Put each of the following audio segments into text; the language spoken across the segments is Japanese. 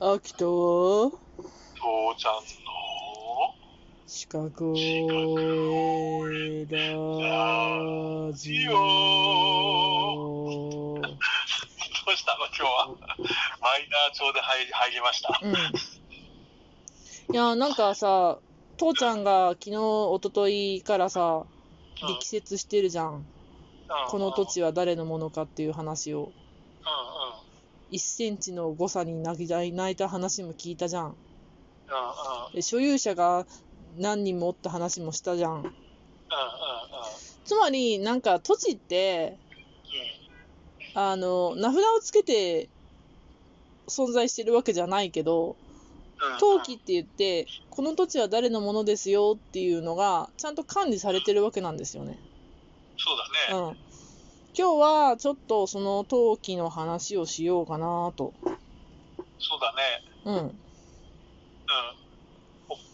秋と父ちゃんの四角いラジオ。どうしたの今日はマイナー調で入り入りましたうん。いや、なんかさ、父ちゃんが昨日、一昨日からさ、力説してるじゃん。この土地は誰のものかっていう話を。うんうん1センチの誤差に泣き泣いた話も聞いたじゃん。うんうんで所有者が何人もおった話もしたじゃん。うんうんうんつまり、なんか土地って、あの、名札をつけて存在してるわけじゃないけど、うんうん登記って言って、この土地は誰のものですよっていうのが、ちゃんと管理されてるわけなんですよね。そううんだね。今日はちょっとその登記の話をしようかなと。そうだね。うん、うん。オッ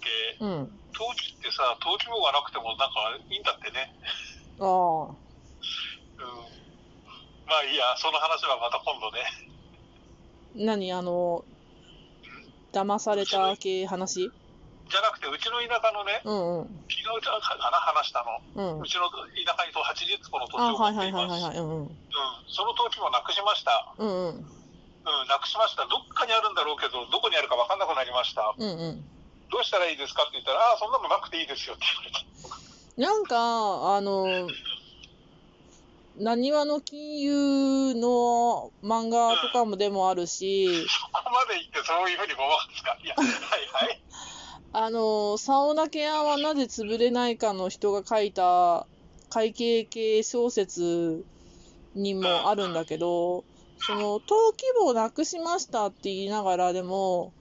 ケー。うん。登記ってさ、登記簿がなくてもなんかいいんだってね。ああ。うん。まあいいや、その話はまた今度ね。何あの、騙された系話じゃなくて、うちの田舎のね、うんうん。昨日じゃかな、話したの。うんう。ちの田舎にと80坪の土地あを持はいっはいていはいまはいす。はい。うんうん。うん。その登記簿なくしました。うんうん。うん、なくしました。どっかにあるんだろうけど、どこにあるか分かんなくなりました。うんうん。どうしたらいいですかって言ったら、ああ、そんなのなくていいですよって言われた。 なんか、あの、なにわの金融の漫画とかもでもあるし、ここまで行ってそういうふうにごまかすか。いや、はいはい。あの、サオナケアはなぜ潰れないかの人が書いた会計系小説にもあるんだけど、その、登記簿をなくしましたって言いながらでも、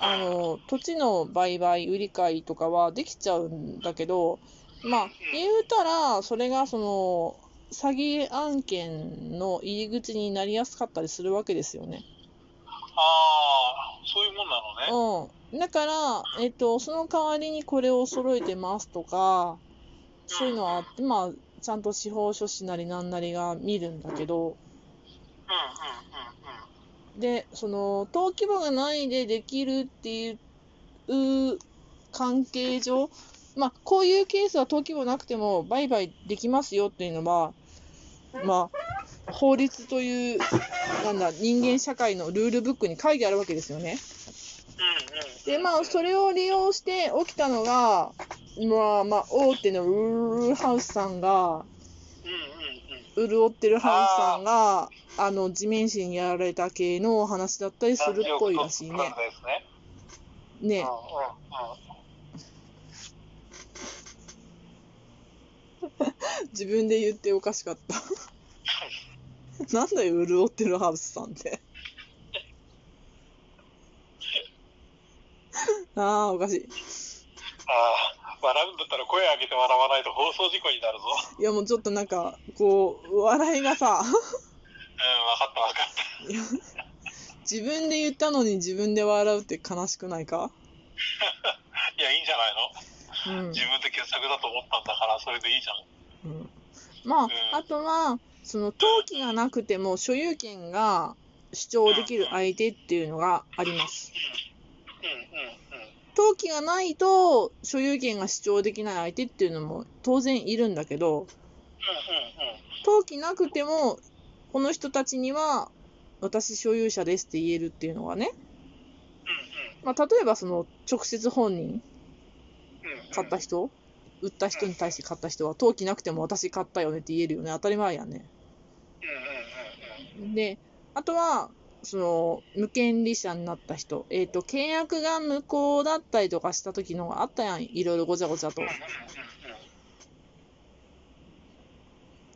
あの、土地の売買、売り買いとかはできちゃうんだけど、まあ、言うたら、それがその、詐欺案件の入り口になりやすかったりするわけですよね。ああ、そういうもんなのね。うん。だから、えっと、その代わりにこれを揃えてますとか、そういうのはあって、まあ、ちゃんと司法書士なりなんなりが見るんだけど、うんうんうんうん。で、その、登記簿がないでできるっていう関係上、まあ、こういうケースは登記簿なくても売買できますよっていうのは、まあ、法律という、なんだ、人間社会のルールブックに書いてあるわけですよね。うんうで、ん。まあ、それを利用して起きたのが、まあ、まあ、大手のウールハウスさんが、うんうんうん。潤ってるハウスさんが、あの、地面師にやられた系のお話だったりするっぽいらしいね。ですね。うんねうん。うん。自分で言っておかしかった。なんだよ、潤ってるハウスさんって。ああ、おかしああ、笑うんだったら声上げて笑わないと放送事故になるぞ。うん、い。いや、もうちょっとなんか、こう、笑いがさ、分かった分かった。自分で言ったのに自分で笑うって悲しくないかいや、いいんじゃないのうん自。分で傑作だと思ったんだから、それでいいじゃん。うんまあん、あとは、その登記がなくても所有権が主張できる相手っていうのがあります。うんうんうん。登記がないと所有権が主張できない相手っていうのも当然いるんだけど、うんうんうん。登記なくても、この人たちには私所有者ですって言えるっていうのがね、うまあ、例えばその直接本人、んうんうん買った人、売った人に対して買った人は、登記なくても私買ったよねって言えるよね。当たり前やね。うんうんうんで、あとは、その、無権利者になった人。えっ、と、契約が無効だったりとかした時のがあったやん。いろいろごちゃごちゃと。うん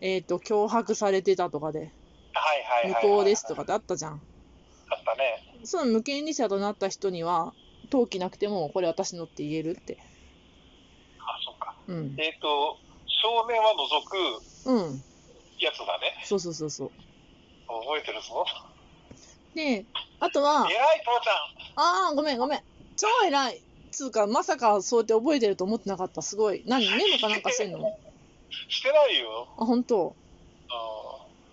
えっ、と、脅迫されてたとかで、はいはいはい無はい効ですとかってあったじゃん。あったねその無権利者となった人には、登記なくても、これ私のって言えるって。あそっかうん。えっ、と少年は除くうん。やつだねそうそうそうそう。覚えてるぞで、あとは偉、い父ちゃんあー、ごめんごめん。超偉い。つうか、まさかそうやって覚えてると思ってなかった。すごい。何メモかなんかしてんのしてないよあ、本当。うん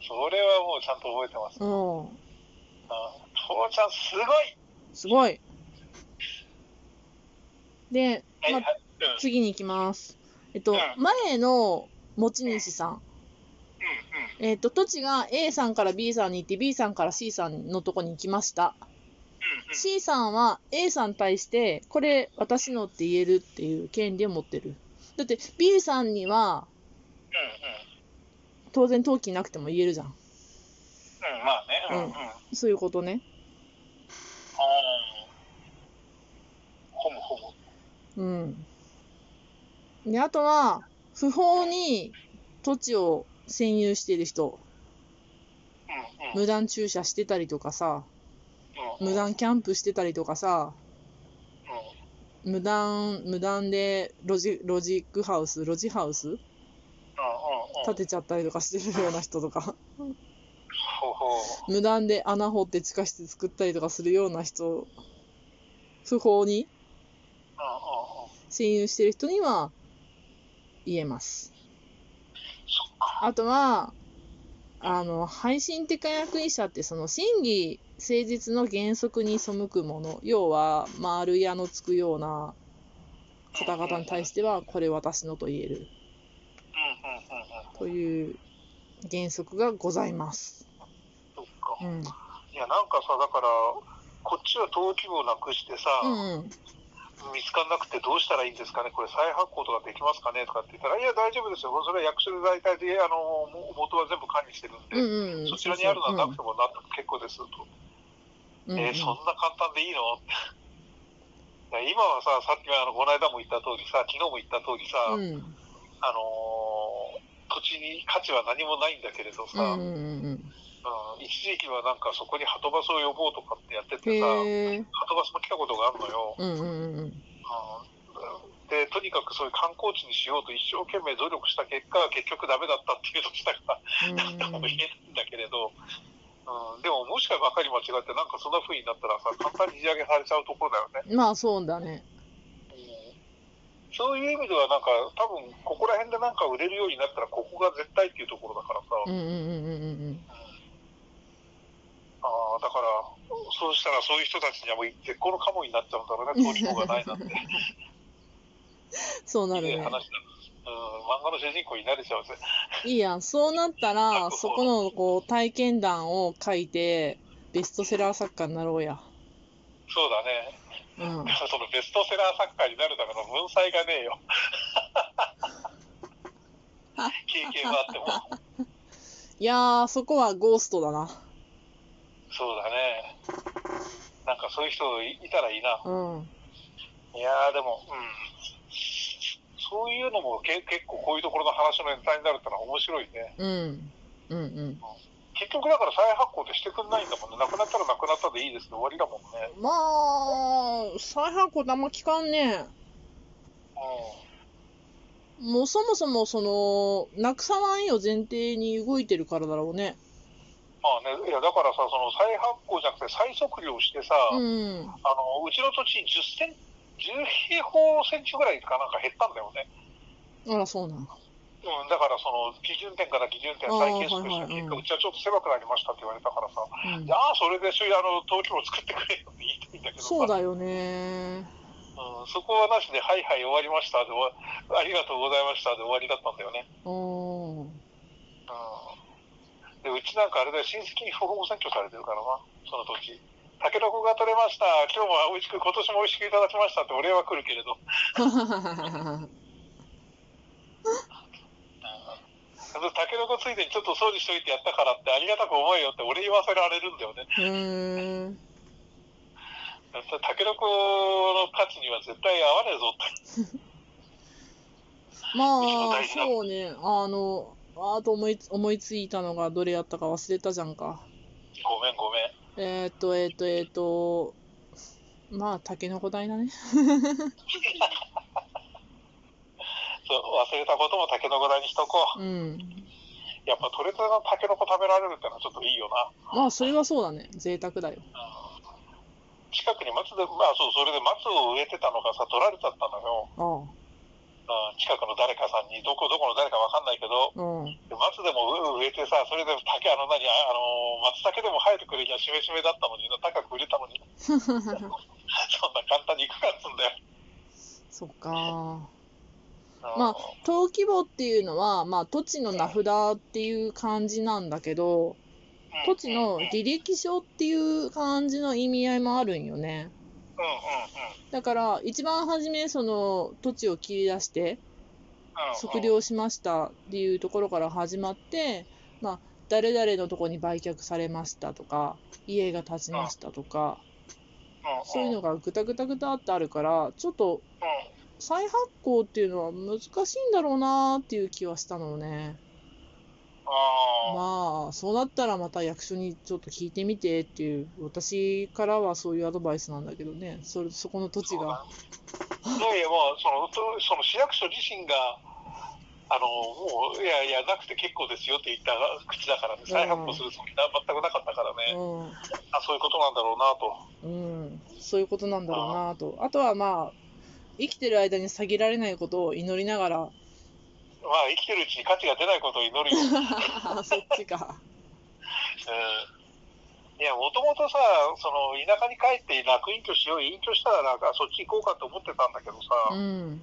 それはもうちゃんと覚えてます、うん。うん父ちゃんすごいすごい。で、はい、はまいあ、次に行きます。えっと、うん前の持ち主さん。うん、うん、えっと、土地が A さんから B さんに行って、B さんから C さんのとこに行きました。うん、うん。 C さんは A さんに対して、これ私のって言えるっていう権利を持ってる。だって B さんにはう当然登記なくても言えるじゃん。ん、うん、うん、まあね。うん、うん。あそういうことね。あ。ほぼほぼ。うん。で、あとは、不法に土地を占有してる人、うん、うん。無断駐車してたりとかさ、うん、無断キャンプしてたりとかさ、う無断、無断でロジ、ロジックハウス、ロジハウスん、うん。建てちゃったりとかしてるような人とか、ほほ。無断で穴掘って地下室作ったりとかするような人、不法にうん、うん、うん。占有してる人には言えます。そっか。あとは、あの、配信的役員者って、その、真偽、誠実の原則に背くもの、要は、丸矢のつくような方々に対しては、これ私のと言える、うん、うん、うん、うん。という原則がございます。そっかう。ん。いや、なんかさ、だから、こっちは登記簿なくしてさ、うんうん。見つからなくてどうしたらいいんですかね、これ再発行とかできますかねとかって言ったら、いや、大丈夫ですよ、それは役所で大体で、あの、も元は全部管理してるんうで、んうん。そちらにあるのはなくてもなんとか結構ですと、うんうんえーそんな簡単でいいのって。いや今はさ、さっきあのこの間も言った通りさ、昨日も言った通りさ、うんうん。あのー土地に価値は何もないんだけれうどさ、んううんんうん一時期はなんかそこにハトバスを呼ぼうとかってやってうん。てさ、ハへえ。トバスも来たことがあるのよ。うんうんうんうんでとにかくそういう観光地にしようと一生懸命努力した結果結局ダメだったっていうのしたから何とも 言えないんだけれど、うん、でももしかばかり間違ってなんかそんな風になったらさ簡単に地上げされちゃうところだよね、うん。まあ、そうだね。うんそういう意味ではなんか多分ここら辺でなんか売れるようになったらここが絶対っていうところだからさ、うんうんうんうんうんああだからそうしたらそういう人たちにはもう絶好のカモになっちゃうんだろうね登記簿がないなんていうん。そう なるいね話。だ、うん、漫画の主人公になれちゃうぜいいやん。そうなったら、そこのこう体験談を書いて、ベストセラー作家になろうや。そうだねうん。そのベストセラー作家になるための文才がね えよ。経験はあっても。いやー、そこはゴーストだな。そうだね。なんかそういう人いいたらいいな。うん。いやーでも、うん。そういうのもけ結構こういうところの話のネタになるってのは面白いね。うん。うんうん。結局だから再発行ってしてくんないんだもんね。なくなったらなくなったでいいですね。終わりだもんね。まあ、再発行ってあんま聞かんね。うもうそもそもその、なくさないを前提に動いてるからだろうね。ん。まあね、いやだからさ、その再発行じゃなくて再測量してさ、うん。あのうちの土地10セン10平方センチぐらいかなんか減ったんだよね。あら、そうなん。うん、だからその基準点から基準点あー再検証したはいはい結うん果、うちはちょっと狭くなりましたって言われたからさ、じうんゃあ、それでそういうあの東京を作ってくれよって言いたいんだけどさ、そうだよね。うん、そこはなしで、はいはい、終わりましたで終わ、ありがとうございましたで終わりだったんだよね。うん。うん、でうちなんかあれだよ、親戚に不法占拠されてるからな、その時タケノコが取れました、今日も美味しく、今年も美味しくいただきましたってお礼は来るけれど、タケノコついでにちょっと掃除しといてやったからって、ありがたく思えよってお礼言わせられるんだよね。うーん。タケノコの価値には絶対合わねえぞって。まあ、そうね。あの、あと思いつ思いついたのがどれやったか忘れたじゃんか。ごめんごめん。えーっと、えーっと、えーっと、まあ、タケノコ代だね。そう忘れたこともタケノコ代にしとこうう。ん。やっぱ取れたてのタケノコ食べられるってのはちょっといいよまな。あ、それはそうだね。贅沢だよ。近くに松で、まあそう、それで松を植えてたのがさ、取られちゃったのよ。あうん近くの誰かさんに、どこどこの誰かわかんないけど、あ。うん。松でも植えて さ、それで竹、あの何、ああの、松茸でも生えてくれりゃしめしめだったのに、高く売れたのに。そんな簡単にいくかっつうんだよ。そっか。うんまあ登記簿っていうのは、まあ、土地の名札っていう感じなんだけど、土地のうんうんうん履歴書っていう感じの意味合いもあるんよね。うんだから、一番初め、その、土地を切り出して、うんうん測量しましたっていうところから始まって、まあ、誰々のとこに売却されましたとか、家が建ちましたとか、うんんそういうのがぐたぐたぐたってあるから、ちょっとうん再発行っていうのは難しいんだろうなーっていう気はしたのね。あまあ、そうなったらまた役所にちょっと聞いてみてっていう、私からはそういうアドバイスなんだけどね、それそこの土地が。ーいやいや、まあ、その、そその市役所自身が、あの、もう、いやいや、なくて結構ですよって言った口だからね、再発行するつもりな全くなかったからね、あ、そういうことなんだろうなと。うん、うん、そういうことなんだろうなと。あとはまあ、生きてる間に下げられないことを祈りながら、まあ、生きてるうちに価値が出ないことを祈るよ。う んそっちか。いや、もともとさ、その、田舎に帰って楽隠居しよう、隠居したらなんか、そっち行こうかと思ってたんだけどさ、うん、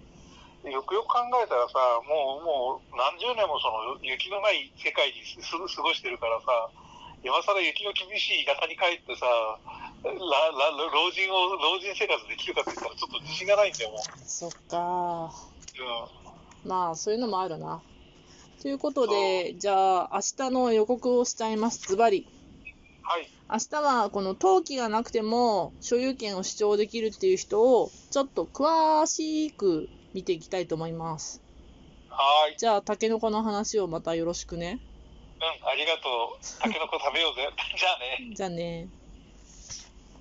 よくよく考えたらさ、もう、もう何十年もその雪のない世界にす過ごしてるからさ、今更雪の厳しい田舎に帰ってさ、らら老人を、老人生活できるかって言ったらちょっと自信がないんだよ、もう。そっか。うまあ、そういうのもあるな。ということで、じゃあ、明日の予告をしちゃいます、ズバリ。ん。はい。明日はこの登記がなくても所有権を主張できるっていう人をちょっと詳しく見ていきたいと思います。はーい。じゃあ、タケノコの話をまたよろしくね。うん、ありがとう。タケノコ食べようぜ。じゃあね。じゃあね。